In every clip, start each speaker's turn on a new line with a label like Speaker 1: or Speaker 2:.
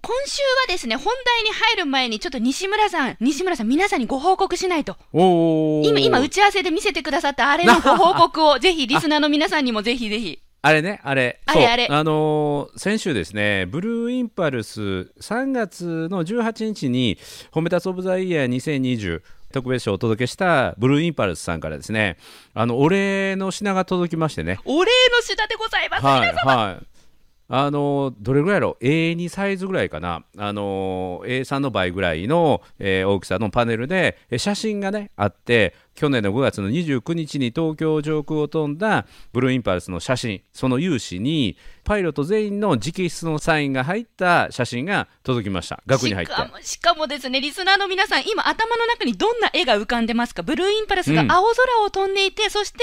Speaker 1: 今週はですね、本題に入る前に、ちょっと西村さん、西村さん、皆さんにご報告しないと。
Speaker 2: おー
Speaker 1: 今、今、打ち合わせで見せてくださったあれのご報告を、ぜひ、リスナーの皆さんにもぜひぜひ。
Speaker 2: あれね、あれ、
Speaker 1: あれ
Speaker 2: そう
Speaker 1: あれ
Speaker 2: のー先週ですね、ブルーインパルス、3月の18日に、褒めたつオブザイヤー2020、特別賞をお届けしたブルーインパルスさんからですね、あのお礼の品が届きましてね、
Speaker 1: お礼の品でございます。
Speaker 2: はいはい。あのどれぐらいやろ A2 サイズぐらいかな、あの A3 の倍ぐらいの、えー大きさのパネルでえー写真が、ね、あって去年の5月の29日に東京上空を飛んだブルーインパルスの写真その有志にパイロット全員の直筆のサインが入った写真が届きました額に入って
Speaker 1: しかも、しかもですね、リスナーの皆さん、今頭の中にどんな絵が浮かんでますかブルーインパルスが
Speaker 2: うん
Speaker 1: 青空を飛んでいて、そして、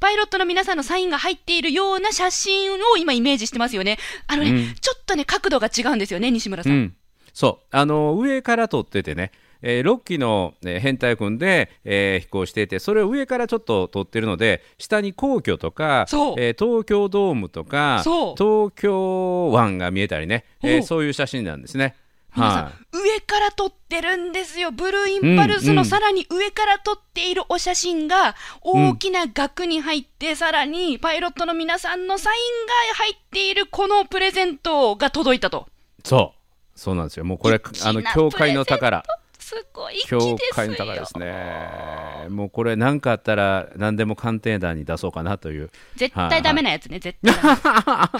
Speaker 1: パイロットの皆さんのサインが入っているような写真を今イメージしてますよね。あのね、
Speaker 2: うん
Speaker 1: ちょっとね、角度が違うんですよね、西村さん。
Speaker 2: うん、そうあの上から撮っててね、えー、6機の、えー編隊群で、えー飛行していてそれを上からちょっと撮ってるので下に皇居とか、
Speaker 1: そう
Speaker 2: えー東京ドームとか
Speaker 1: そう
Speaker 2: 東京湾が見えたりね、え
Speaker 1: お
Speaker 2: ー
Speaker 1: う
Speaker 2: そういう写真なんですね。
Speaker 1: 皆さん、
Speaker 2: はい
Speaker 1: 上から撮ってるんですよ、ブルーインパルス
Speaker 2: うんう
Speaker 1: の
Speaker 2: ん
Speaker 1: さらに上から撮っているお写真が、大きな額に入って、さらにパイロットの皆さんのサインが入っているこのプレゼントが届いたと。
Speaker 2: そうそうなんですよもうこれ
Speaker 1: 粋な
Speaker 2: あの教会の宝
Speaker 1: すごい粋
Speaker 2: 教
Speaker 1: です
Speaker 2: 会の
Speaker 1: よ。
Speaker 2: 宝ですねもうこれ何かあったら何でも鑑定団に出そうかなという
Speaker 1: 絶対ダメなやつね、絶対ダ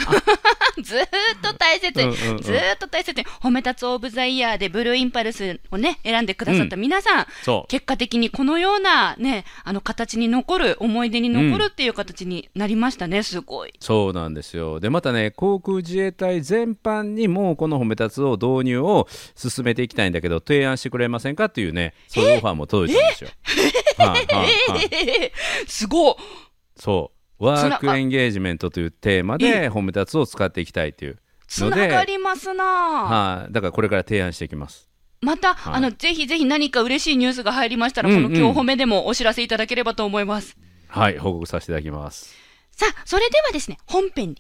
Speaker 1: メ。ずーっと大切に、
Speaker 2: うんうんうん
Speaker 1: ずーっと大切に、褒め立つオブザイヤーでブルーインパルスをね、選んでくださった皆さん、
Speaker 2: そう
Speaker 1: 結果的にこのようなね、あの形に残る、思い出に残るっていう形になりましたね、すごい。
Speaker 2: そうなんですよでまたね航空自衛隊全般にもうこの褒め立つを導入を進めていきたいんだけど提案してくれませんかっていうねそういうオファーも届いたんですよ。はいはい はい
Speaker 1: すごい
Speaker 2: そうワ
Speaker 1: つ
Speaker 2: ー
Speaker 1: な
Speaker 2: クエンゲージメントというテーマで褒め立つを使っていきたいっていう
Speaker 1: つ
Speaker 2: の
Speaker 1: なが
Speaker 2: で、
Speaker 1: りますなあ
Speaker 2: はい、だからこれから提案していきます。
Speaker 1: また、
Speaker 2: はい
Speaker 1: あの、ぜひぜひ何か嬉しいニュースが入りましたら、
Speaker 2: うん
Speaker 1: こ
Speaker 2: う
Speaker 1: の
Speaker 2: ん
Speaker 1: 今日褒めでもお知らせいただければと思います。
Speaker 2: はい報告させていただきます。
Speaker 1: さあ、それではですね、本編に。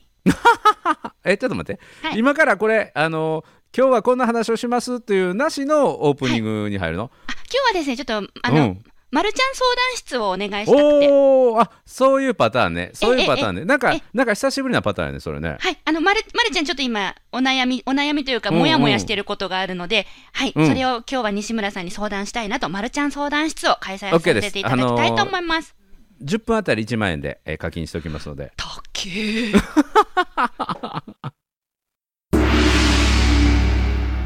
Speaker 2: えちょっと待って、
Speaker 1: はい
Speaker 2: 今からこれあの今日はこんな話をしますっていうなしのオープニングに入るの、
Speaker 1: あ今日はですね、ちょっと、あの、
Speaker 2: うん
Speaker 1: マルちゃん相談室をお願いしたくて。
Speaker 2: おおあそういうパターンねそういうパターンねなんか
Speaker 1: え
Speaker 2: なんか久しぶりなパターンやねそれね
Speaker 1: はい。あの、まる、まるちゃん、ちょっと今、お悩み、お悩みというか、
Speaker 2: うんうん
Speaker 1: もやもやしてることがあるので、はい。
Speaker 2: うん
Speaker 1: それを今日は西村さんに相談したいなと、まるちゃん相談室を開催さ
Speaker 2: OK です
Speaker 1: せていただきたいと思います。
Speaker 2: 10分あたり1万円で、えー課金しておきますので
Speaker 1: たけ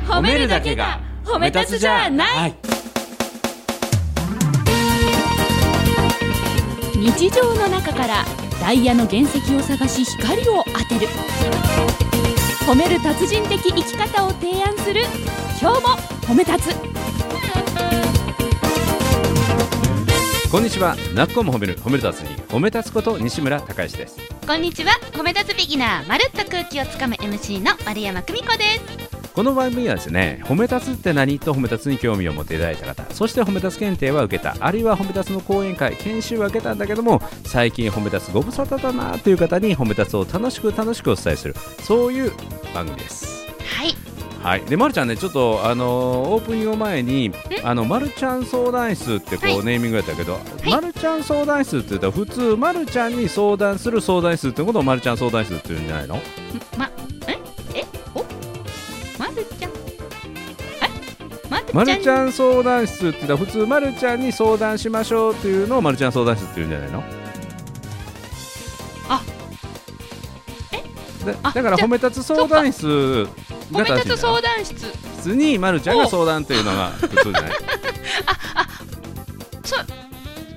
Speaker 1: 褒
Speaker 2: はい、
Speaker 1: 日常の中からダイヤの原石を探し光を当てる褒める達人的生き方を提案する今日も褒め立つ
Speaker 2: こんにちはなっこも褒める褒め立つに褒め立つこと西村孝之です
Speaker 1: こんにちは褒め立つビギナーまるっと空気をつかむ MC の丸山久美子です
Speaker 2: この番組はですね褒め立つって何と褒め立つに興味を持っていただいた方そして褒め立つ検定は受けたあるいは褒め立つの講演会研修は受けたんだけども最近褒め立つご無沙汰だなという方に褒め立つを楽しく楽しくお伝えするそういう番組です
Speaker 1: はい
Speaker 2: はい、で、ま、るちゃんね、ちょっと、あのーオープニング前に、あの、ま、るちゃん相談室って、こう、
Speaker 1: はい
Speaker 2: ネーミングやったけど、
Speaker 1: い
Speaker 2: ま、るちゃん相談室って言ったら、普通、ま、るちゃんに相談する相談室ってことを、ま、るちゃん相談室って言うんじゃないの
Speaker 1: まええおまるちゃんえまるちゃん
Speaker 2: まるちゃん相談室って言ったら、普通、ま、るちゃんに相談しましょうっていうのを、ま、るちゃん相談室って言うんじゃないの
Speaker 1: あ
Speaker 2: だ
Speaker 1: あ
Speaker 2: だから、
Speaker 1: じゃあ
Speaker 2: 褒め立つ相談室
Speaker 1: 褒
Speaker 2: が
Speaker 1: め
Speaker 2: 正しいん
Speaker 1: 立
Speaker 2: じ
Speaker 1: つ
Speaker 2: ゃな
Speaker 1: 相
Speaker 2: い
Speaker 1: 談室
Speaker 2: 普通に、ま、るちゃんが相談っていうのが普通じゃない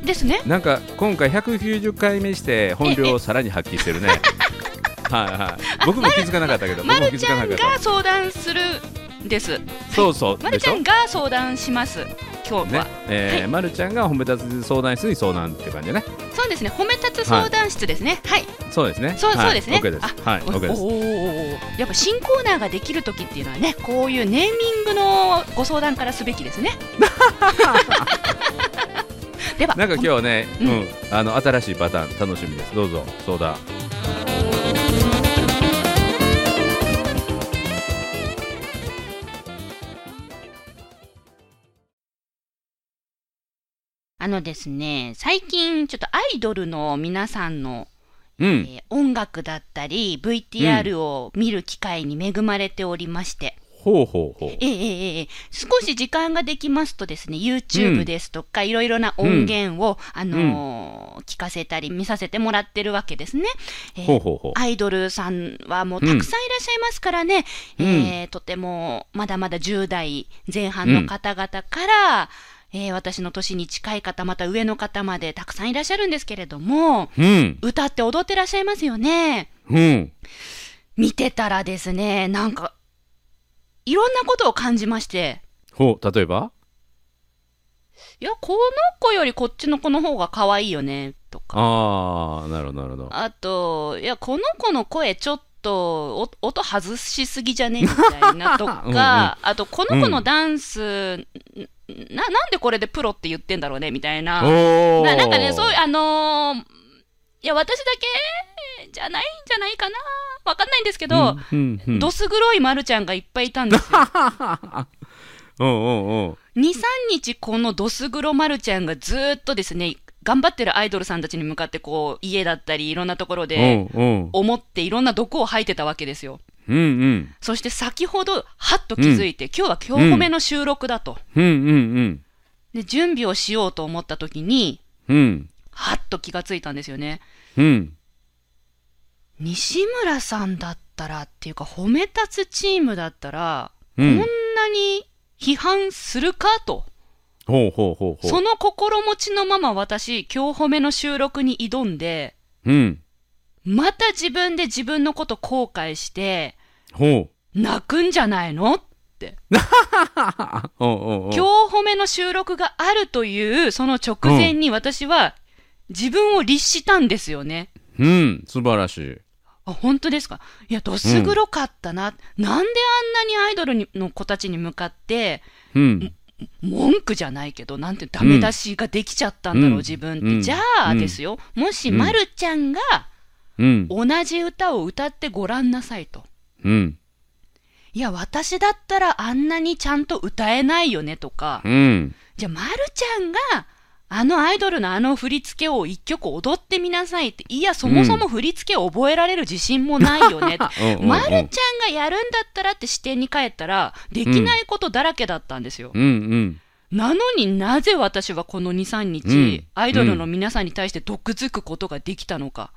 Speaker 1: ですね
Speaker 2: なんか今回190回目して本領 をさらに発揮してるね。はいはい。僕も気づかなかったけど、
Speaker 1: ま
Speaker 2: 僕も気
Speaker 1: る
Speaker 2: づ
Speaker 1: ち
Speaker 2: か
Speaker 1: ゃ
Speaker 2: なんかっ
Speaker 1: が
Speaker 2: た。
Speaker 1: 相談するんです
Speaker 2: そうそう。
Speaker 1: ま
Speaker 2: で
Speaker 1: るち
Speaker 2: し
Speaker 1: ゃ
Speaker 2: ょ
Speaker 1: ん。が相談します今日
Speaker 2: ね
Speaker 1: は、、
Speaker 2: え
Speaker 1: は
Speaker 2: ー
Speaker 1: い
Speaker 2: まるちゃんが褒め立つ相談室に相談って感じね。
Speaker 1: そうですね褒め立つ相談室ですねはい、
Speaker 2: そうですね。
Speaker 1: そう
Speaker 2: はい
Speaker 1: そうですね
Speaker 2: OK です。はい。
Speaker 1: おお
Speaker 2: OK です。
Speaker 1: おおやっぱ新コーナーができる時っていうのはねこういうネーミングのご相談からすべきです ねでは
Speaker 2: なんか今日ね、
Speaker 1: う
Speaker 2: うんん、あの新しいパターン楽しみです。どうぞ相談。
Speaker 1: あのですね、最近ちょっとアイドルの皆さんの、
Speaker 2: う
Speaker 1: え
Speaker 2: ん。
Speaker 1: ー音楽だったり VTR を見る機会に恵まれておりまして、
Speaker 2: ほうほうほう。
Speaker 1: ええええええ少し時間ができますとですね、YouTube ですとか、いろいろな音源を、あのー聞かせたり見させてもらってるわけですね。ええ
Speaker 2: ほうほうほう。
Speaker 1: アイドルさんはもうたくさんいらっしゃいますからね、
Speaker 2: うん
Speaker 1: えーとてもまだまだ10代前半の方々から、えー私の年に近い方、また上の方までたくさんいらっしゃるんですけれども、
Speaker 2: うん。
Speaker 1: 歌って踊ってらっしゃいますよね。
Speaker 2: うん。
Speaker 1: 見てたらですね、なんか、いろんなことを感じまして、
Speaker 2: ほう、例えば
Speaker 1: いや、この子よりこっちの子の方が可愛いよね、とか。
Speaker 2: ああ、なるほど、なるほど。
Speaker 1: あと、いや、この子の声ちょっとお音外しすぎじ ゃねみたいなとか
Speaker 2: うんうん
Speaker 1: あと、この子のダンス、んな、なんでこれでプロって言ってんだろうねみたいな。
Speaker 2: おお。
Speaker 1: ななんかね、そういう、あのーいや、私だけじゃないんじゃないかな。わかんないんですけど、
Speaker 2: うん、うん、うん。
Speaker 1: どす黒い丸ちゃんがいっぱいいたん ですよ。
Speaker 2: うんうんうん。
Speaker 1: 2、3日このドス黒丸ちゃんがずーっとですね、頑張ってるアイドルさんたちに向かってこう、家だったりいろんなところで、
Speaker 2: うんうん。
Speaker 1: 思っていろんな毒を吐いてたわけですよ。
Speaker 2: うんうん。
Speaker 1: そして先ほど、はっと気づいて、今日は今日褒めの収録だと。
Speaker 2: うんうん
Speaker 1: で、準備をしようと思った時に、
Speaker 2: うん。うん。
Speaker 1: はっと気がついたんですよね。
Speaker 2: うん。
Speaker 1: 西村さんだったらっていうか、褒め立つチームだったら、
Speaker 2: う
Speaker 1: こん
Speaker 2: ん
Speaker 1: なに批判するかと。
Speaker 2: ほうほうほうほう。
Speaker 1: その心持ちのまま私、今日褒めの収録に挑んで、
Speaker 2: うん。
Speaker 1: また自分で自分のこと後悔して、
Speaker 2: ほう。
Speaker 1: 泣くんじゃないのって。
Speaker 2: おうおうおう。
Speaker 1: 今日褒めの収録があるというその直前に私は自分を律したんですよね。
Speaker 2: うん。素晴らしい。
Speaker 1: あ本当ですかいや、どす黒かったな。なんであんなにアイドルにの子たちに向かって、
Speaker 2: うん。
Speaker 1: 文句じゃないけど、なんてダメ出しができちゃったんだろう、
Speaker 2: うん
Speaker 1: 自分って。
Speaker 2: うん
Speaker 1: じゃあですよ、もし
Speaker 2: うん
Speaker 1: まるちゃんが
Speaker 2: うん。
Speaker 1: 同じ歌を歌ってごらんなさいと。
Speaker 2: うん。
Speaker 1: いや、私だったらあんなにちゃんと歌えないよねとか。
Speaker 2: うん。
Speaker 1: じゃあ、まるちゃんが、あのアイドルのあの振り付けを一曲踊ってみなさいって、いや、そもそも振り付けを覚えられる自信もないよね。
Speaker 2: おうおうおう
Speaker 1: まるちゃんがやるんだったらって視点に変えたら、できないことだらけだったんですよ。
Speaker 2: うんうん。
Speaker 1: なのになぜ私はこの2、3日、
Speaker 2: うん
Speaker 1: アイドルの皆さんに対して毒づくことができたのか。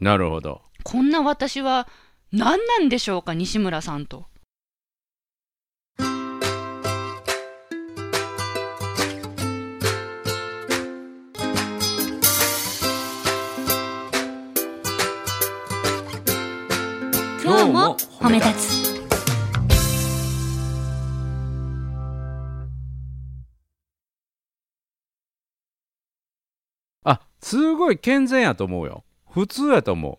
Speaker 2: なるほど。
Speaker 1: こんな私は何なんでしょうか、西村さんと。
Speaker 3: 今日も褒め立つ
Speaker 2: あ、すごい健全やと思うよ。普通やと思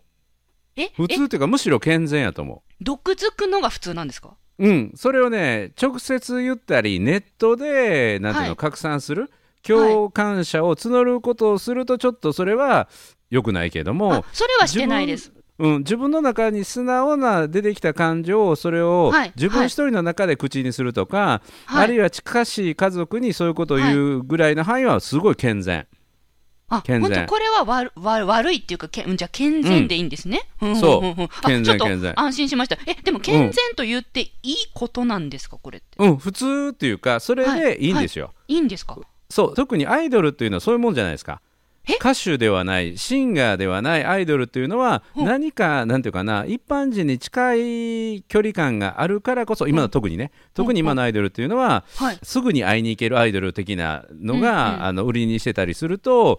Speaker 1: え、え
Speaker 2: う。普通っていうか、むしろ健全やと思
Speaker 1: 毒づくのが普通なんですか
Speaker 2: う。うん。それをね、直接言ったり、ネットで、なんていう
Speaker 1: はい
Speaker 2: の、拡散する。共感者を募ることをすると、ちょっとそれは良くないけども
Speaker 1: あ、、それはしてないです。
Speaker 2: うん、自分の中に素直な出てきた感情をそれを
Speaker 1: はい
Speaker 2: 自分一人の中で口にするとか、
Speaker 1: はい
Speaker 2: あるいは近しい家族にそういうことを言うぐらいの範囲はすごい健全、
Speaker 1: あ、
Speaker 2: 健全
Speaker 1: 本当これはわわ悪いっていうか、けんじゃあ健全でいいんですね。うん
Speaker 2: そう
Speaker 1: うんんんあ
Speaker 2: 健全
Speaker 1: ちょっ
Speaker 2: 健全
Speaker 1: と安心しました。え、でも健全と言っていいことなんですか、これって。
Speaker 2: うん、普通っていうかそれでいいんですよ、
Speaker 1: いいんですか
Speaker 2: そう特にアイドルっていうのはそういうもんじゃないですか
Speaker 1: え
Speaker 2: 歌手ではないシンガーではないアイドルっていうのは
Speaker 1: うん
Speaker 2: 何かなんていうかな一般人に近い距離感があるからこそ今の特にね、特に今のアイドルっていうのは、
Speaker 1: はい
Speaker 2: すぐに会いに行けるアイドル的なのが、
Speaker 1: うんうん
Speaker 2: あの売りにしてたりすると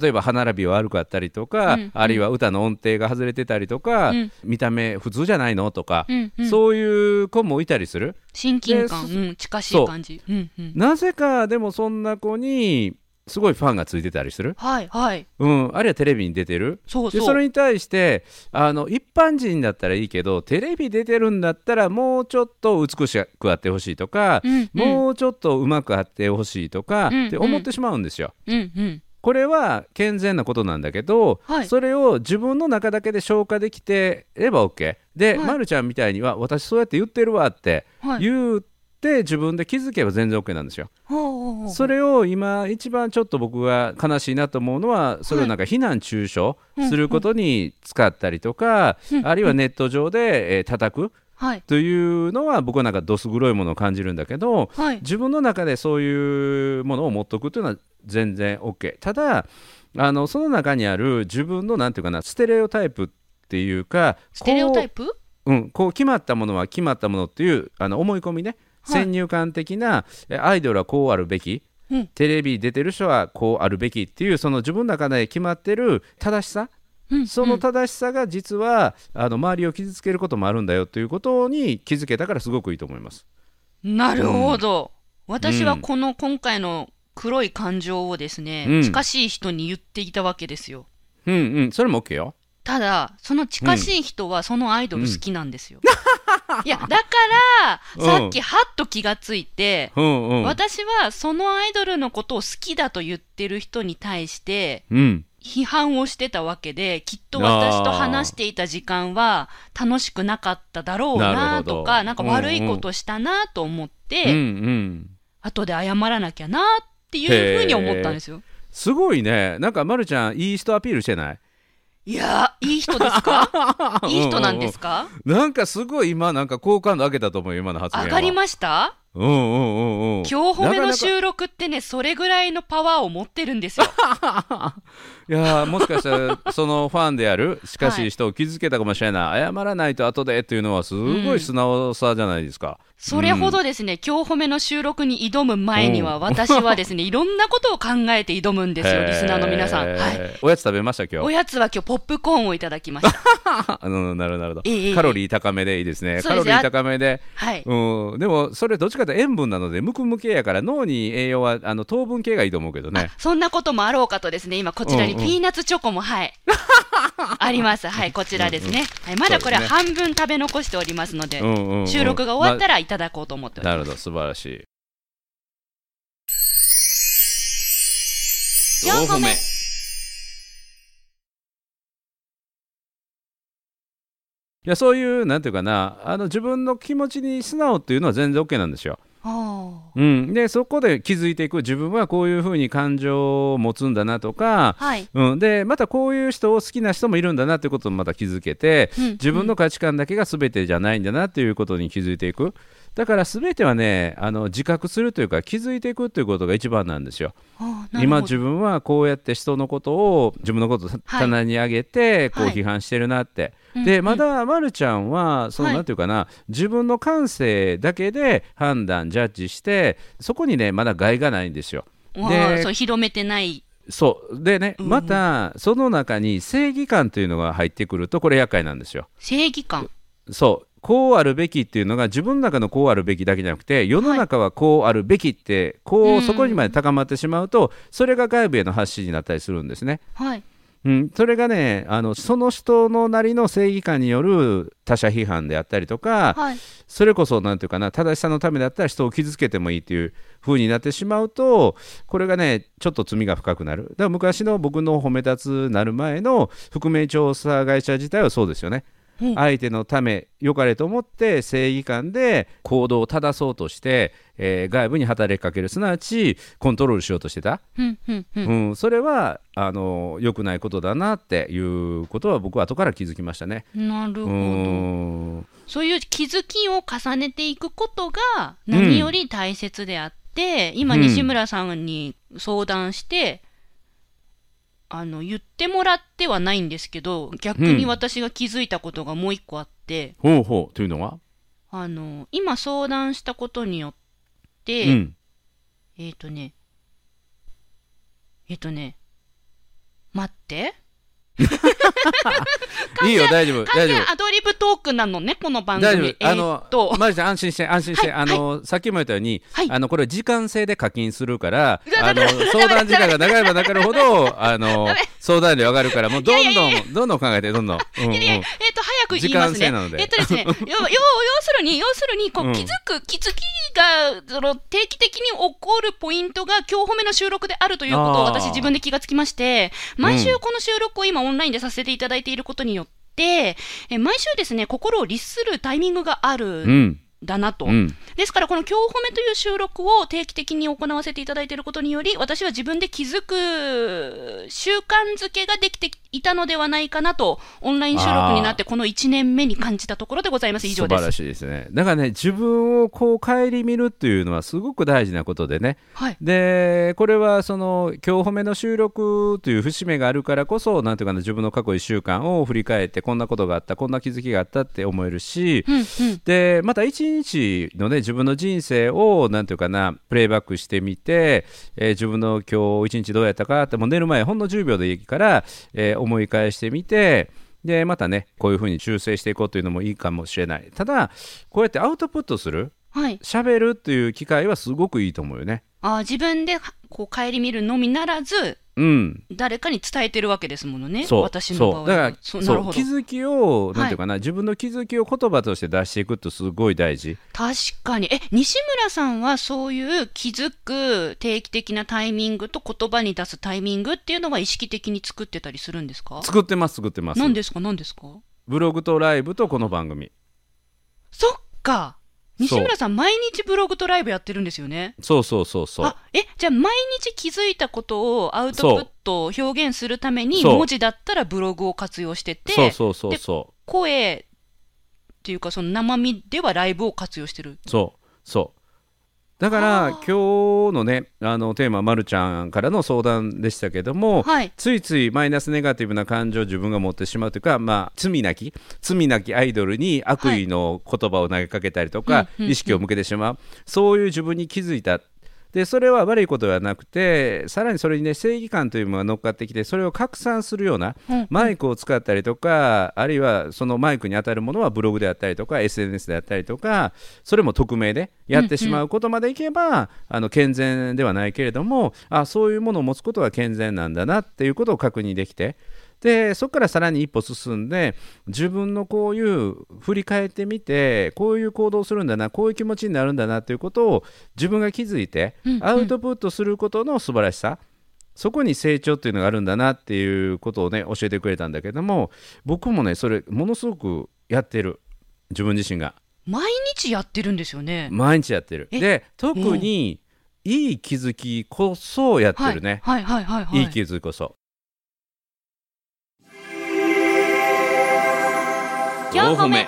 Speaker 2: 例えば歯並びは悪かったりとか、
Speaker 1: うんうん
Speaker 2: あるいは歌の音程が外れてたりとか、
Speaker 1: うん
Speaker 2: 見た目普通じゃないのとか、
Speaker 1: うんうん
Speaker 2: そういう子もいたりする。
Speaker 1: 親近感、
Speaker 2: で
Speaker 1: うん、近し
Speaker 2: そ
Speaker 1: いう感じ。うんうん。
Speaker 2: なぜかでもそんな子にすごいファンがついてたりする。
Speaker 1: はいはい。
Speaker 2: うん、あるいはテレビに出てる
Speaker 1: そう
Speaker 2: で
Speaker 1: そう。
Speaker 2: それに対してあの一般人だったらいいけどテレビ出てるんだったらもうちょっと美しくあってほしいとか、
Speaker 1: うんうん
Speaker 2: もうちょっとうまくあってほしいとか、
Speaker 1: うん
Speaker 2: って思ってしまうんですよ。
Speaker 1: うんうん。
Speaker 2: これは健全なことなんだけど、
Speaker 1: はい
Speaker 2: それを自分の中だけで消化できてれば OK で、
Speaker 1: はい
Speaker 2: ま、るちゃんみたいには私そうやって言ってるわって
Speaker 1: はい。
Speaker 2: 言って、自分で気づけば全然 OK なんですよ。
Speaker 1: ほうほおー
Speaker 2: それを今一番ちょっと僕が悲しいなと思うのはそれをなんか非難中傷することに使ったりとか、あるいはネット上で、えー叩く
Speaker 1: はい
Speaker 2: というのは僕はなんかどす黒いものを感じるんだけど、
Speaker 1: はい
Speaker 2: 自分の中でそういうものを持っとくというのは全然 OK ただあのその中にある自分のなんていうかなステレオタイプっていうか
Speaker 1: ステレオタイ
Speaker 2: こ
Speaker 1: プ
Speaker 2: う,、うん、こう決まったものは決まったものっていうあの思い込みね
Speaker 1: はい
Speaker 2: 先入観的な、えアイドルはこうあるべき、
Speaker 1: うん
Speaker 2: テレビ出てる人はこうあるべきっていうその自分の中で決まってる正しさ
Speaker 1: うん
Speaker 2: その正しさが実は、あの周りを傷つけることもあるんだよということに気づけたからすごくいいと思います。
Speaker 1: なるほど、私はこの今回の黒い感情をですね、
Speaker 2: うん
Speaker 1: 近しい人に言っていたわけですよ
Speaker 2: うんうん、それも OK よ。
Speaker 1: ただその近しい人はそのアイドル好きなんですよ、 いやだか
Speaker 2: うん
Speaker 1: らさっきはっと気がついて、
Speaker 2: うんうん。
Speaker 1: 私はそのアイドルのことを好きだと言ってる人に対して
Speaker 2: うん。
Speaker 1: 批判をしてたわけできっと私と話していた時間は楽しくなかっただろう
Speaker 2: なる
Speaker 1: な
Speaker 2: ほど
Speaker 1: とかなんか悪いことしたなと思って、
Speaker 2: うんうん。
Speaker 1: 後で謝らなきゃなっていうふうに思ったんですよ。
Speaker 2: すごいね。なんか、まるちゃん、いい人アピールしてない
Speaker 1: いやー、いい人 ですかいい人なんです
Speaker 2: か、
Speaker 1: か
Speaker 2: うんうんなんか、すごい今、なんか、好感度上げたと思うよ、今の発言は。
Speaker 1: 上がりました
Speaker 2: うんうんうんうん。
Speaker 1: 今日褒めの
Speaker 2: なか
Speaker 1: 収録ってね、それぐらいのパワーを持ってるん ですよ。
Speaker 2: なかいやーもしかしたら、そのファンである、しかし人を傷つけたかもしれない、謝らないと後でっていうのは、すごい素直さじゃないですか。
Speaker 1: それほどですね、今日褒めの収録に挑む前には、私はです ね、いろんなことを考えて挑むんですよ、
Speaker 2: へー
Speaker 1: リスナーの皆さん。はい。
Speaker 2: おやつ食べました、今
Speaker 1: お
Speaker 2: 日。
Speaker 1: やつは今日ポップコーンをいただきま した。
Speaker 2: あうんなるほど、なるほど、
Speaker 1: ええ
Speaker 2: カロリー高めでいいですね。
Speaker 1: そう
Speaker 2: カ
Speaker 1: で
Speaker 2: ロ
Speaker 1: す
Speaker 2: リー高めで。
Speaker 1: はい。
Speaker 2: うん、でもそれどっちかというと塩分なのでムクムク系やから脳に栄養はあの糖分系がいいと思うけどね
Speaker 1: そんなこともあろうかとですね、今こちらに
Speaker 2: うんうん
Speaker 1: ピーナッツチョコも、 はい。あります。はい、こちらですね。はい、まだこれ
Speaker 2: そうです
Speaker 1: 半分食べ残しておりますので、
Speaker 2: うんうんうん
Speaker 1: 収録が終わった
Speaker 2: ら、
Speaker 1: らいただこうと思っており
Speaker 2: ま
Speaker 1: ま
Speaker 2: なるほど素晴らしい
Speaker 1: 四個目
Speaker 2: いやそういうなんていうかなあの自分の気持ちに素直っていうのは全然 OK なんですよ。
Speaker 1: す。おー
Speaker 2: うん、でそこで気づいていく自分はこういうふうに感情を持つんだなとか、
Speaker 1: はい。
Speaker 2: うん、でまたこういう人を好きな人もいるんだなっていうこともまた気づけて、
Speaker 1: うん
Speaker 2: 自分の価値観だけが全てじゃないんだなっていうことに気づいていくだから全てはねあの自覚するというか気づいていくということが一番なんですよ。
Speaker 1: あーなるほ
Speaker 2: 今
Speaker 1: ど
Speaker 2: 自分はこうやって人のことを自分のことを
Speaker 1: はい
Speaker 2: 棚に上げてこう
Speaker 1: はい
Speaker 2: 批判してるなって、
Speaker 1: うんう
Speaker 2: で
Speaker 1: ん
Speaker 2: まだまるちゃんはその
Speaker 1: はい
Speaker 2: なんていうかな、自分の感性だけで判断ジャッジしてそこにねまだ害がないんですよ。
Speaker 1: わーそう広めてない。
Speaker 2: そうでね、
Speaker 1: うん
Speaker 2: またその中に正義感というのが入ってくるとこれ厄介なんですよ。
Speaker 1: 正義感。
Speaker 2: そうこうあるべきっていうのが自分の中のこうあるべきだけじゃなくて世の中はこうあるべきって、こ
Speaker 1: う
Speaker 2: うんそこにまで高まってしまうとそれが外部への発信になったりするんですね。
Speaker 1: はい。
Speaker 2: うん、それがねあのその人のなりの正義感による他者批判であったりとか、
Speaker 1: はい。
Speaker 2: それこそなんていうかな正しさのためだったら人を傷つけてもいいっていう風になってしまうとこれがねちょっと罪が深くなるだから昔の僕の褒め立つなる前の覆面調査会社自体はそうですよね、
Speaker 1: うん
Speaker 2: 相手のため良かれと思って正義感で行動を正そうとして、えー外部に働きかけるすなわちコントロールしようとしてた、
Speaker 1: うんうんうん。
Speaker 2: うんそれはあの良くないことだなっていうことは僕は後から気づきましたね。
Speaker 1: なる
Speaker 2: う
Speaker 1: ほど。
Speaker 2: ーん
Speaker 1: そういう気づきを重ねていくことが何より大切であって、今
Speaker 2: うん
Speaker 1: 西村さんに相談して、あの、言ってもらってはないんですけど、逆に私が気づいたことがもう一個あって、
Speaker 2: ほうほうというのは、
Speaker 1: あの、今相談したことによって、
Speaker 2: うん
Speaker 1: えっ、とね、えっ、とね、待って。
Speaker 2: いいよ大丈夫
Speaker 1: 完
Speaker 2: 大丈夫
Speaker 1: 全アドリブトークなのね、この番
Speaker 2: 大丈
Speaker 1: 組。
Speaker 2: 夫。あ
Speaker 1: え
Speaker 2: の
Speaker 1: ーっ、と、
Speaker 2: マジで安心して、安心して、
Speaker 1: はい
Speaker 2: あの、さっきも言ったように、
Speaker 1: はい
Speaker 2: あの、これは時間制で課金するから
Speaker 1: う、わ
Speaker 2: あの、相談時間が長ければ長いほ ど、あの
Speaker 1: ダメ、
Speaker 2: 相談料上がるから、もうどん
Speaker 1: いや
Speaker 2: ど
Speaker 1: いや
Speaker 2: ん、どんどん考えて、どんどん。うんうん
Speaker 1: いやいやえっ、と、早く言いますね。
Speaker 2: 時間制なので
Speaker 1: えっ、とですね、要要要す るに、要するに、こ
Speaker 2: う
Speaker 1: う、
Speaker 2: ん
Speaker 1: 気づく、気づきが、その、定期的に起こるポイントが、今日褒めの収録であるということを、
Speaker 2: あー
Speaker 1: 私自分で気がつきまして、毎
Speaker 2: う
Speaker 1: 週
Speaker 2: ん
Speaker 1: この収録を今オンラインでさせていただいていることによって、え毎週ですね、心を律するタイミングがある
Speaker 2: うん。
Speaker 1: だなと、
Speaker 2: うん
Speaker 1: ですからこの「今日褒め」という収録を定期的に行わせていただいていることにより私は自分で気づく習慣づけができていたのではないかなとオンライン収録になってこの1年目に感じたところでございます以上で
Speaker 2: 素晴ら
Speaker 1: す。
Speaker 2: しいですねだからね自分をこう顧みるっていうのはすごく大事なことでね
Speaker 1: はい、
Speaker 2: でこれはその今日褒めの収録という節目があるからこそなんていうかな自分の過去1週間を振り返ってこんなことがあったこんな気づきがあったって思えるし、
Speaker 1: うんうん
Speaker 2: でまた一日のね自分の人生をなんていうかなプレイバックしてみて、えー自分の今日一日どうやったかってもう寝る前ほんの10秒でいいから、えー思い返してみてでまたねこういうふうに修正していこうというのもいいかもしれないただこうやってアウトプットする
Speaker 1: はい、
Speaker 2: 喋るっていう機会はすごくいいと思うよね
Speaker 1: あー自分でこう顧みるのみならず
Speaker 2: うん
Speaker 1: 誰かに伝えてるわけですものね
Speaker 2: そう
Speaker 1: 私の場合
Speaker 2: そ
Speaker 1: は
Speaker 2: うだから
Speaker 1: そうな
Speaker 2: そ
Speaker 1: る
Speaker 2: う
Speaker 1: ほど
Speaker 2: 気づきを
Speaker 1: い
Speaker 2: なんていうかな、自分の気づきを言葉として出していくってすごい大事
Speaker 1: 確かに。え、西村さんはそういう気づく定期的なタイミングと言葉に出すタイミングっていうのは意識的に作ってたりするんですか
Speaker 2: 作ってます作ってます
Speaker 1: 何ですか何ですか
Speaker 2: ブログとライブとこの番組
Speaker 1: そっか
Speaker 2: そう
Speaker 1: 西村さん毎日ブログとライブやってるんですよね
Speaker 2: そうそうそうそう
Speaker 1: あ、え、じゃあ毎日気づいたことをアウトプットを表現するために
Speaker 2: そう
Speaker 1: 文字だったらブログを活用してて、
Speaker 2: そうそうそうそ
Speaker 1: 声っていうかその生身ではライブを活用してる。
Speaker 2: うそうそうだから
Speaker 1: あー
Speaker 2: 今日のねあのテーマ、ま、るちゃんからの相談でしたけども、
Speaker 1: はい。
Speaker 2: ついついマイナスネガティブな感情を自分が持ってしまうというか、まあ、罪なき罪なきアイドルに悪意の言葉を投げかけたりとか、
Speaker 1: はいうんうんうん
Speaker 2: 意識を向けてしまうそういう自分に気づいたでそれは悪いことではなくてさらにそれに、ね、正義感というものが乗っかってきてそれを拡散するような
Speaker 1: うん
Speaker 2: マイクを使ったりとかあるいはそのマイクに当たるものはブログであったりとか SNS であったりとかそれも匿名でやってしまうことまでいけば、あの健全ではないけれどもあそういうものを持つことは健全なんだなっていうことを確認できてでそこからさらに一歩進んで自分のこういう振り返ってみてこういう行動をするんだなこういう気持ちになるんだなということを自分が気づいて、
Speaker 1: うんうん
Speaker 2: アウトプットすることの素晴らしさそこに成長っていうのがあるんだなっていうことをね教えてくれたんだけども僕もねそれものすごくやってる自分自身が
Speaker 1: 毎日やってるんですよね。
Speaker 2: 毎日やってる
Speaker 1: え
Speaker 2: で特にいい気づきこそやってるね、
Speaker 1: はいはいはいはい
Speaker 2: い
Speaker 1: はい
Speaker 2: い気づきこそ
Speaker 1: 4個目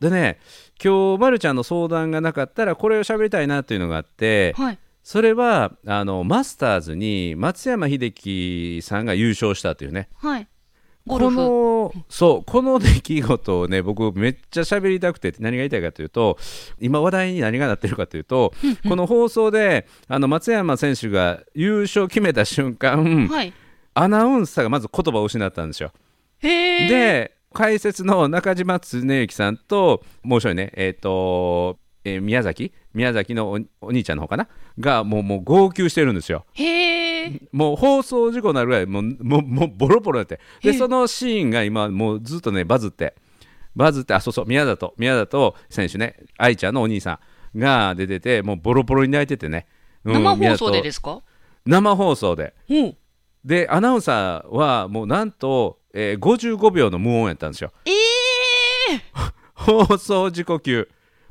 Speaker 2: でね今日まるちゃんの相談がなかったらこれを喋りたいなっていうのがあって
Speaker 1: はい。
Speaker 2: それはあのマスターズに松山英樹さんが優勝したというね
Speaker 1: はい。ゴル
Speaker 2: こ
Speaker 1: フ。
Speaker 2: のそうこの出来事をね僕めっちゃ喋りたくて何が言いたいかというと今話題に何がなってるかというとこの放送であの松山選手が優勝を決めた瞬間、
Speaker 1: はい。
Speaker 2: アナウンサーがまず言葉を失ったんですよ。
Speaker 1: へえ。、
Speaker 2: で解説の中島恒之さんともう一人ねえっ、と、えー宮崎宮崎のおお兄ちゃんの方かながもうもう号泣してるんですよ。
Speaker 1: へえ。
Speaker 2: もう放送事故になるぐらいもうもうもうボロボロになってで
Speaker 1: ええ
Speaker 2: そのシーンが今もうずっとねバズってバズってあそうそう宮里宮里選手ね愛ちゃんのお兄さんが出ててもうボロボロに泣いててね、うん
Speaker 1: 生放送でで
Speaker 2: 宮里
Speaker 1: すか。
Speaker 2: 生放送で
Speaker 1: おう
Speaker 2: でアナウンサーはもうなんと、えー55秒の無音やったんですよ
Speaker 1: ええ。
Speaker 2: 放送事故級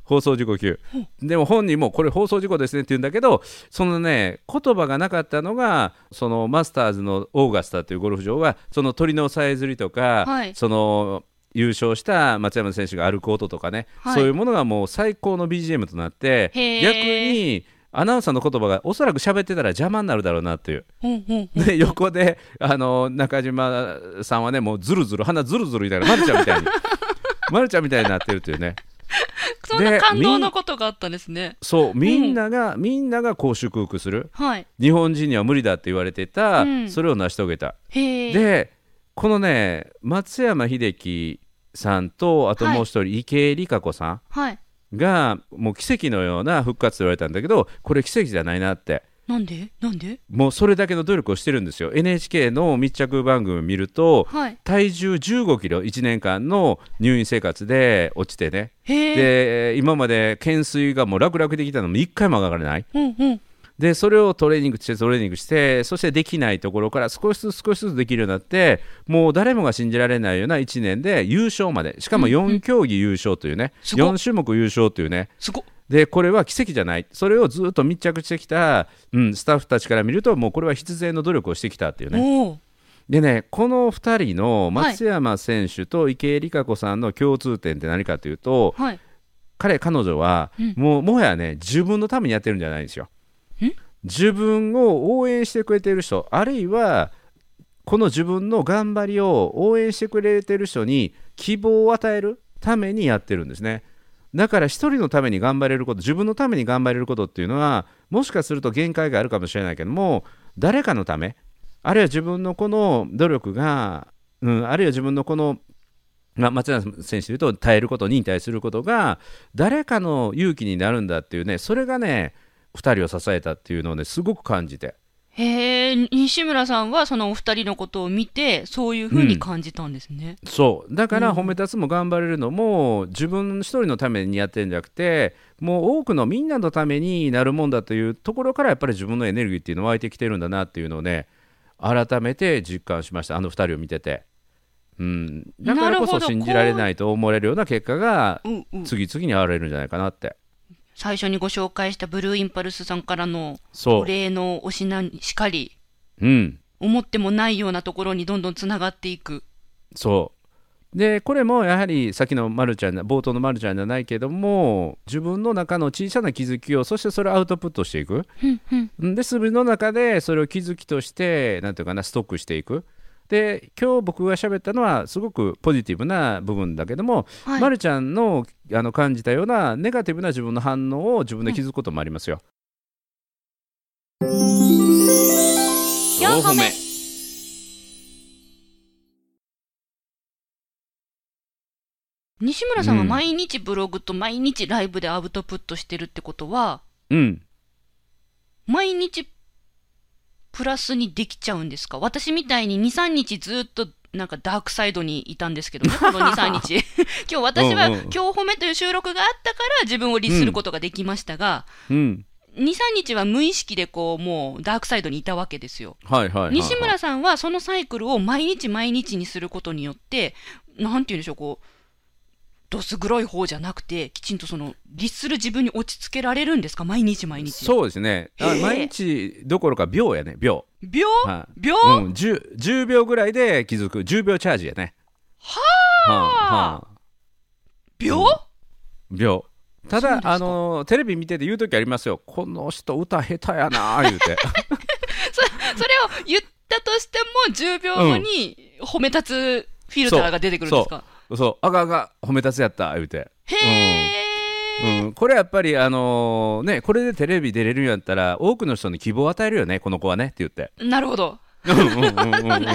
Speaker 2: 放送事故級でも本人もこれ放送事故ですねって言うんだけどそのね言葉がなかったのがそのマスターズのオーガスタというゴルフ場はその鳥のさえずりとか、
Speaker 1: はい
Speaker 2: その優勝した松山選手が歩く音とかね、
Speaker 1: はい
Speaker 2: そういうものがもう最高の BGM となって
Speaker 1: へー
Speaker 2: 逆にアナウンサーの言葉がおそらく喋ってたら邪魔になるだろうなっていう
Speaker 1: ほうほうほう。
Speaker 2: で横であの中島さんはねもうずるずる鼻ずるずる言いながらまるちゃんみたいにまるちゃんみたいになってるというね
Speaker 1: そんな感
Speaker 2: み
Speaker 1: 動
Speaker 2: ん
Speaker 1: のことがあったんですね。
Speaker 2: そうみんなが、みんながこう祝福する
Speaker 1: はい。
Speaker 2: 日本人には無理だって言われてた、
Speaker 1: うん
Speaker 2: それを成し遂げた、
Speaker 1: へえ。
Speaker 2: でこのね松山英樹さんとあともう一人、池江璃花子さ
Speaker 1: はい。
Speaker 2: んがもう奇跡のような復活と言われたんだけどこれ奇跡じゃないなって
Speaker 1: なんで、なんで。
Speaker 2: もうそれだけの努力をしてるんですよ NHK の密着番組を見ると
Speaker 1: はい。
Speaker 2: 体重1 5キロ1年間の入院生活で落ちてね
Speaker 1: へえ。
Speaker 2: で今まで懸垂がもう楽々できたのも一回も上がらない
Speaker 1: うんうん。
Speaker 2: でそれをトレーニングしてトレーニングしてそしてできないところから少しずつ少しずつできるようになってもう誰もが信じられないような1年で優勝までしかも4競技優勝というね、
Speaker 1: すごっ
Speaker 2: 4種目優勝というね
Speaker 1: すごっ
Speaker 2: でこれは奇跡じゃないそれをずっと密着してきた、うん、スタッフたちから見るともうこれは必然の努力をしてきたっていうね
Speaker 1: おお
Speaker 2: でねこの2人の松山選手と池江璃花子さんの共通点って何かというと
Speaker 1: はい
Speaker 2: 彼彼女は、
Speaker 1: うん
Speaker 2: もうもはやね自分のためにやってるんじゃないんですよ
Speaker 1: ん。
Speaker 2: 自分を応援してくれている人あるいはこの自分の頑張りを応援してくれている人に希望を与えるためにやってるんですね。だから一人のために頑張れること自分のために頑張れることっていうのはもしかすると限界があるかもしれないけども誰かのためあるいは自分のこの努力が、うん、あるいは自分のこの、まあ、松永選手でいうと耐えること忍耐することが誰かの勇気になるんだっていうねそれがね2人を支えたっていうのをねすごく感じて
Speaker 1: へえ西村さんはそのお二人のことを見てそういうふうに感じたんですね、
Speaker 2: そうだから
Speaker 1: うん
Speaker 2: 褒め立つも頑張れるのも自分一人のためにやってるんじゃなくてもう多くのみんなのためになるもんだというところからやっぱり自分のエネルギーっていうのは湧いてきてるんだなっていうのをね改めて実感しましたあの2人を見てて。うん、だからこ
Speaker 1: なるほ
Speaker 2: そ
Speaker 1: ど
Speaker 2: 信じられないと思われるような結果が
Speaker 1: うんうん、
Speaker 2: 次々に現れるんじゃないかなって。
Speaker 1: 最初にご紹介したブルーインパルスさんからの
Speaker 2: そ
Speaker 1: お礼のお品にしかり
Speaker 2: う、うん、
Speaker 1: 思ってもないようなところにどんどんつながっていく
Speaker 2: そうでこれもやはりさっきのまるちゃんな冒頭のまるちゃんじゃないけども自分の中の小さな気づきをそしてそれをアウトプットしていくんで自分の中でそれを気づきとしてなんていうかなストックしていくで今日僕が喋ったのはすごくポジティブな部分だけども、
Speaker 1: はい
Speaker 2: まるちゃんのあの感じたようなネガティブな自分の反応を自分で気づくこともありますよ。
Speaker 3: 4歩目
Speaker 1: 西村さんは
Speaker 2: うん
Speaker 1: 毎日ブログと毎日ライブでアウトプットしてるってことは
Speaker 2: うん、
Speaker 1: 毎日プラスにできちゃうんですか私みたいに23日ずっとなんかダークサイドにいたんですけ どねこの23日今日私は
Speaker 2: うんうん
Speaker 1: 「今日褒め」という収録があったから自分を律することができましたが、
Speaker 2: うん、
Speaker 1: 23日は無意識でこうもうダークサイドにいたわけですよ。
Speaker 2: はいはいはいはい
Speaker 1: 西村さんはそのサイクルを毎日毎日にすることによってなんて言うんでしょうこうどす黒い方じゃなくてきちんとその律する自分に落ち着けられるんですか毎日毎日。
Speaker 2: そうですねあ
Speaker 1: へえ
Speaker 2: 毎日どころか秒やね秒。
Speaker 1: 秒
Speaker 2: はい
Speaker 1: 秒、
Speaker 2: うん、10, 10秒ぐらいで気づく10秒チャージやねはあ、はあ
Speaker 1: 秒、
Speaker 2: 秒た
Speaker 1: そうです
Speaker 2: だ
Speaker 1: か
Speaker 2: あのテレビ見てて言う時ありますよこの人歌下手 やなあ言うて
Speaker 1: それを言ったとしても10秒後に褒め立つフィルターが出てくるんですか、
Speaker 2: そうあがあが褒め立つやった言うて、
Speaker 1: へ
Speaker 2: う
Speaker 1: え、
Speaker 2: ん、これやっぱりあのねこれでテレビ出れるんやったら多くの人に希望を与えるよねこの子はねって言って
Speaker 1: なるほど な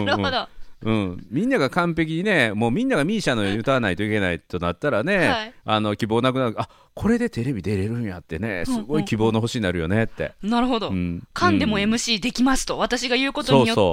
Speaker 1: るほど
Speaker 2: うん、みんなが完璧にねもうみんながミーシャのように歌わないといけないとなったらね、
Speaker 1: はい
Speaker 2: あの希望なくなるあこれでテレビ出れるんやってねすごい希望の星になるよねって、
Speaker 1: なるほど、
Speaker 2: うん
Speaker 1: 噛んでも MC できますと、私が言うことによって
Speaker 2: そう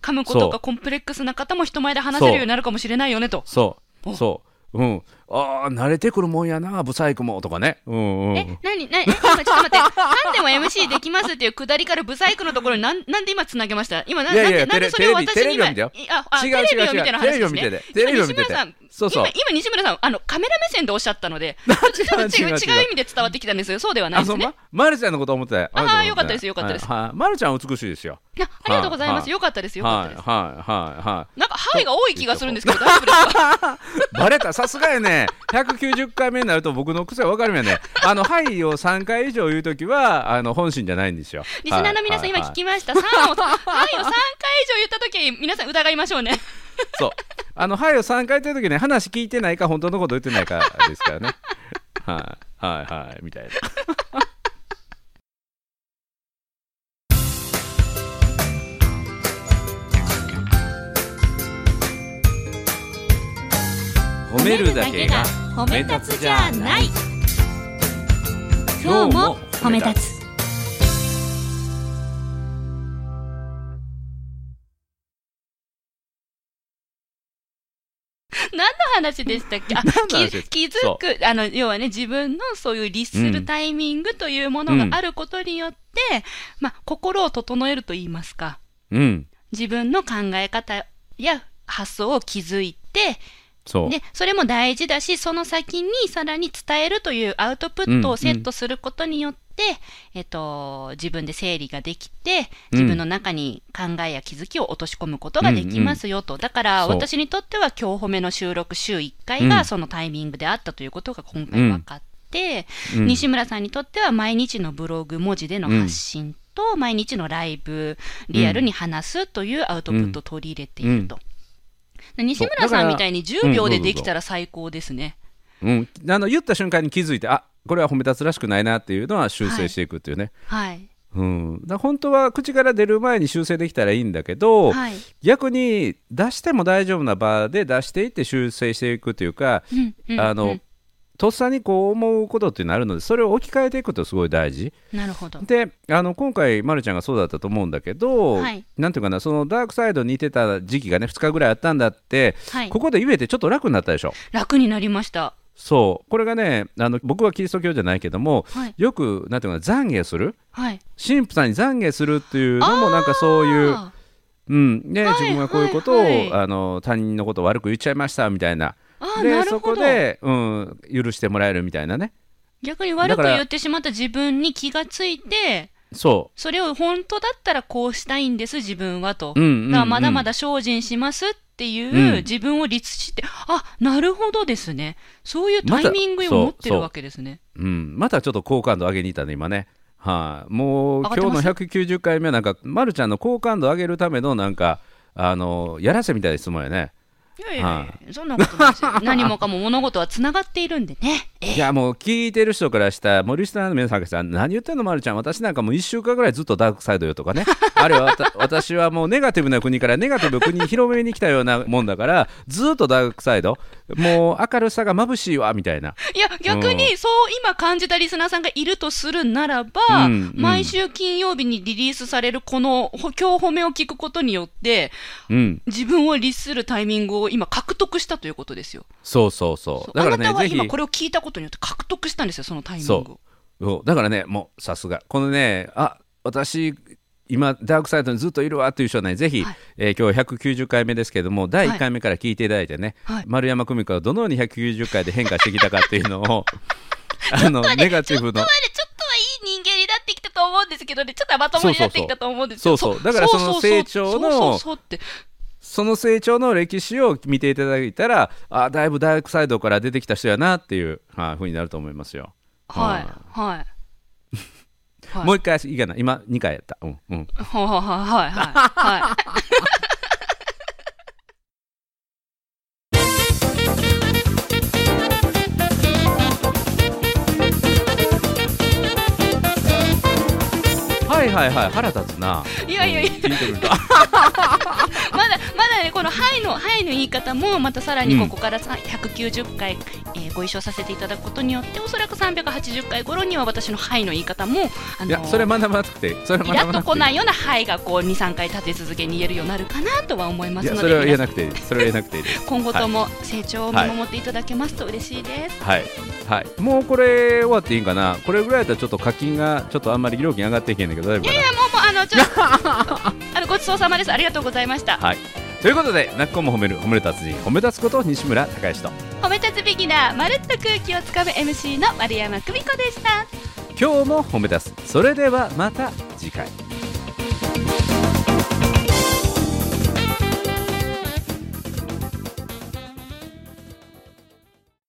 Speaker 1: 噛むこと
Speaker 2: そ
Speaker 1: が
Speaker 2: う
Speaker 1: コンプレックスな方も人前で話せるようになるかもしれないよねと。
Speaker 2: そう
Speaker 1: お
Speaker 2: そううんああ慣れてくるもんやなブサイクもとかねうんう
Speaker 1: え
Speaker 2: ん、
Speaker 1: なに、なに、え今ちょっと待って、噛んでも MC できますっていうくだりからブサイクのところになん、なんで今つなげました今、な、
Speaker 2: いやい
Speaker 1: な
Speaker 2: や
Speaker 1: んで、なんで
Speaker 2: テレ
Speaker 1: それを私
Speaker 2: テレ
Speaker 1: に
Speaker 2: ビ
Speaker 1: 今、
Speaker 2: を見てよ
Speaker 1: いあ、あ、テ
Speaker 2: 違う
Speaker 1: レビ
Speaker 2: 違う
Speaker 1: を見ての話ですね
Speaker 2: テレビを見ててテレビを見
Speaker 1: 今
Speaker 2: てて
Speaker 1: 西村さん
Speaker 2: そうそう
Speaker 1: 今、今西村さん、あの、カメラ目線でおっしゃったの で、ちょっと違う、違う
Speaker 2: 違う違う
Speaker 1: 意味で伝わってきたんですよ。そうではない
Speaker 2: あ
Speaker 1: で
Speaker 2: そ
Speaker 1: す
Speaker 2: う
Speaker 1: ね。
Speaker 2: ままるちゃんのこと思ってた
Speaker 1: あー
Speaker 2: まるちゃんのこと思ってた
Speaker 1: よかったですよかったです
Speaker 2: はいはいまるちゃんは美しいですよ
Speaker 1: いやありがとうございま
Speaker 2: は
Speaker 1: す。
Speaker 2: い
Speaker 1: よかったです。よかった
Speaker 2: はい
Speaker 1: です。
Speaker 2: はいはいはい
Speaker 1: なんか、はいが多い気がするんですけど、大丈夫ですか
Speaker 2: バレたさすがやね190回目になると僕の癖は分かるんやねあの「はい」を3回以上言う時はあの本心じゃないんですよ
Speaker 1: リスナーの皆さん、今聞きました。3を、はいを3回以上言ったとき、皆さん疑いましょうね。
Speaker 2: そうあの「はい」を3回言ってる時ね話聞いてないか本当のこと言ってないかですからねはいはいはいみたいな褒めるだけが
Speaker 3: 褒
Speaker 2: め立つじゃない
Speaker 3: 今日も褒め立つ
Speaker 1: 何の話でしたっけあ
Speaker 2: 何の話です
Speaker 1: き気づくあの要はね自分のそういう律するタイミングというものがあることによって、まあ、心を整えると言いますか
Speaker 2: うん
Speaker 1: 自分の考え方や発想を気づいて
Speaker 2: そう
Speaker 1: でそれも大事だしその先にさらに伝えるというアウトプット
Speaker 2: うん
Speaker 1: をセットすることによって、えっと、自分で整理ができて
Speaker 2: うん
Speaker 1: 自分の中に考えや気づきを落とし込むことができますよと、だから
Speaker 2: そう
Speaker 1: 私にとっては今日褒めの収録週1
Speaker 2: う
Speaker 1: 回
Speaker 2: ん
Speaker 1: がそのタイミングであったということが今回分かって、
Speaker 2: うん
Speaker 1: 西村さんにとっては毎日のブログ文字での発信と毎日のライブリアルに話すというアウトプットを取り入れていると。で西村
Speaker 2: そうだか
Speaker 1: さん
Speaker 2: ら
Speaker 1: みたいに
Speaker 2: うん
Speaker 1: 10秒
Speaker 2: どう
Speaker 1: で
Speaker 2: ぞ
Speaker 1: できたら最高ですね。
Speaker 2: うん、あの言った瞬間に気づいてあこれは褒め立つらしくないなっていうのは修正していくっていうね、
Speaker 1: はい。
Speaker 2: うん、だから本当は口から出る前に修正できたらいいんだけど、
Speaker 1: はい。
Speaker 2: 逆に出しても大丈夫な場で出していって修正していくというか、
Speaker 1: うんうん
Speaker 2: あ
Speaker 1: う
Speaker 2: の
Speaker 1: ん
Speaker 2: とっさにこう思うことってなるのでそれを置き換えていくことすごい大事
Speaker 1: なるほど。
Speaker 2: であの今回、ま、るちゃんがそうだったと思うんだけど、
Speaker 1: はい
Speaker 2: なんていうかなそのダークサイドに似てた時期がね2日ぐらいあったんだって、
Speaker 1: はい。
Speaker 2: ここで言えてちょっと楽になったでしょ
Speaker 1: 楽になりました。
Speaker 2: そうこれがねあの僕はキリスト教じゃないけども
Speaker 1: はい。
Speaker 2: よくなんていうのかな懺悔する
Speaker 1: はい。
Speaker 2: 神父さんに懺悔するっていうのもなんかそういう
Speaker 1: あ
Speaker 2: うんね
Speaker 1: はい
Speaker 2: 自分はこういうことを、
Speaker 1: はいはい
Speaker 2: あの他人のことを悪く言っちゃいましたみたいな
Speaker 1: ーあー、
Speaker 2: で
Speaker 1: な
Speaker 2: そ
Speaker 1: る
Speaker 2: こ
Speaker 1: ほど。
Speaker 2: で、うん、許してもらえるみたいなね
Speaker 1: 逆に悪
Speaker 2: だか
Speaker 1: く
Speaker 2: ら
Speaker 1: 言ってしまった自分に気がついて、
Speaker 2: そ
Speaker 1: それを本当だったらこうしたいんです、自分はと。
Speaker 2: う、うんうんうん
Speaker 1: だからまだまだ精進しますっていう、
Speaker 2: うん
Speaker 1: 自分を律して、あ、なるほどですね。そういう
Speaker 2: ま
Speaker 1: タ
Speaker 2: た
Speaker 1: イミングを
Speaker 2: そう
Speaker 1: 持ってるわけですね。
Speaker 2: うん、またちょっと好感度上げにいったね今ねはい、もう
Speaker 1: 上がってま
Speaker 2: 今日
Speaker 1: す
Speaker 2: の190回目はなんか、ま、るちゃんの好感度上げるためのなんかあのやらせみたいな質問やね
Speaker 1: いやいやいや、そんなことないです よ。何もかも物事はつながっているんでね。
Speaker 2: いやもう聞いてる人からしたらもうリスナーの皆さんからしたら何言ってんのまるちゃん私なんかもう1週間ぐらいずっとダークサイドよ とかねあるいはわた私はもうネガティブな国からネガティブな国に広めに来たようなもんだからずっとダークサイドもう明るさが眩しいわみたいない
Speaker 1: や、逆に、そう今感じたリスナーさんがいるとするならば、
Speaker 2: うんうん
Speaker 1: 毎週金曜日にリリースされるこの、ほ今日褒めを聞くことによって、
Speaker 2: うん
Speaker 1: 自分を律するタイミングを今獲得したということですよ。
Speaker 2: そうそうそうだからね
Speaker 1: あなたは
Speaker 2: ぜひ
Speaker 1: 今これを聞いたことによって獲得したんですよ、そのタイミング
Speaker 2: そ
Speaker 1: を。
Speaker 2: ううんだからねもうさすがこのねあ私今ダークサイドにずっといるわっていう人はねぜひ、
Speaker 1: はい
Speaker 2: えー今日190回目ですけれども第1回目から聞いていただいてね、
Speaker 1: はい
Speaker 2: 丸山久美子はどのように190回で変化してきたかっていう のをあのネガティ
Speaker 1: ち
Speaker 2: ブ
Speaker 1: ょっと
Speaker 2: の
Speaker 1: はね、ちょっとはいい人間になってきたと思うんですけどね、ちょっとまともになってきたと思うんですけど
Speaker 2: そうそうそうそうだからその成長
Speaker 1: そ
Speaker 2: の
Speaker 1: うそうそうって、
Speaker 2: その成長の歴史を見ていただいたらあだいぶダークサイドから出てきた人やなっていう、はいふうになると思いますよ。
Speaker 1: はい、はい。はい
Speaker 2: もう一回いいかな今2回やった。うんうん
Speaker 1: はいはいはいはいはい。
Speaker 2: はいはいはい腹立つな。
Speaker 1: いやいやいや
Speaker 2: うん聞いてくれた。
Speaker 1: まだまだねこの「はい」の「はい」の言い方もまたさらにここからさ190回、えーご一緒させていただくことによっておそらく380回頃には私の「はい」の言い方もあの
Speaker 2: いやそれ学ばなくてそれ
Speaker 1: イ
Speaker 2: 学
Speaker 1: ラ
Speaker 2: ば
Speaker 1: ッ
Speaker 2: な
Speaker 1: と
Speaker 2: くて
Speaker 1: こないような「はい」がこう23回立て続けに言えるようになるかなとは思いま
Speaker 2: い
Speaker 1: す
Speaker 2: や
Speaker 1: の
Speaker 2: それは
Speaker 1: で
Speaker 2: 言え
Speaker 1: 皆さん
Speaker 2: なくていいですそれは言えなくていい です
Speaker 1: 今後とも成長を見守っていただけますと嬉しいです。
Speaker 2: はいはいもうこれ終わっていいんかなこれぐらいやったらちょっと課金がちょっとあんまり料金上がっていけんだけど大丈夫か
Speaker 1: もうもうあのちょっ とあのごちそうさまですありがとうございました
Speaker 2: なはいということで泣く子も褒める褒める達人褒め立つこと西村孝之と
Speaker 1: 褒め立つビギナーまるっと空気をつかむ MC の丸山久美子でした
Speaker 2: 今日も褒め立つそれではまた次回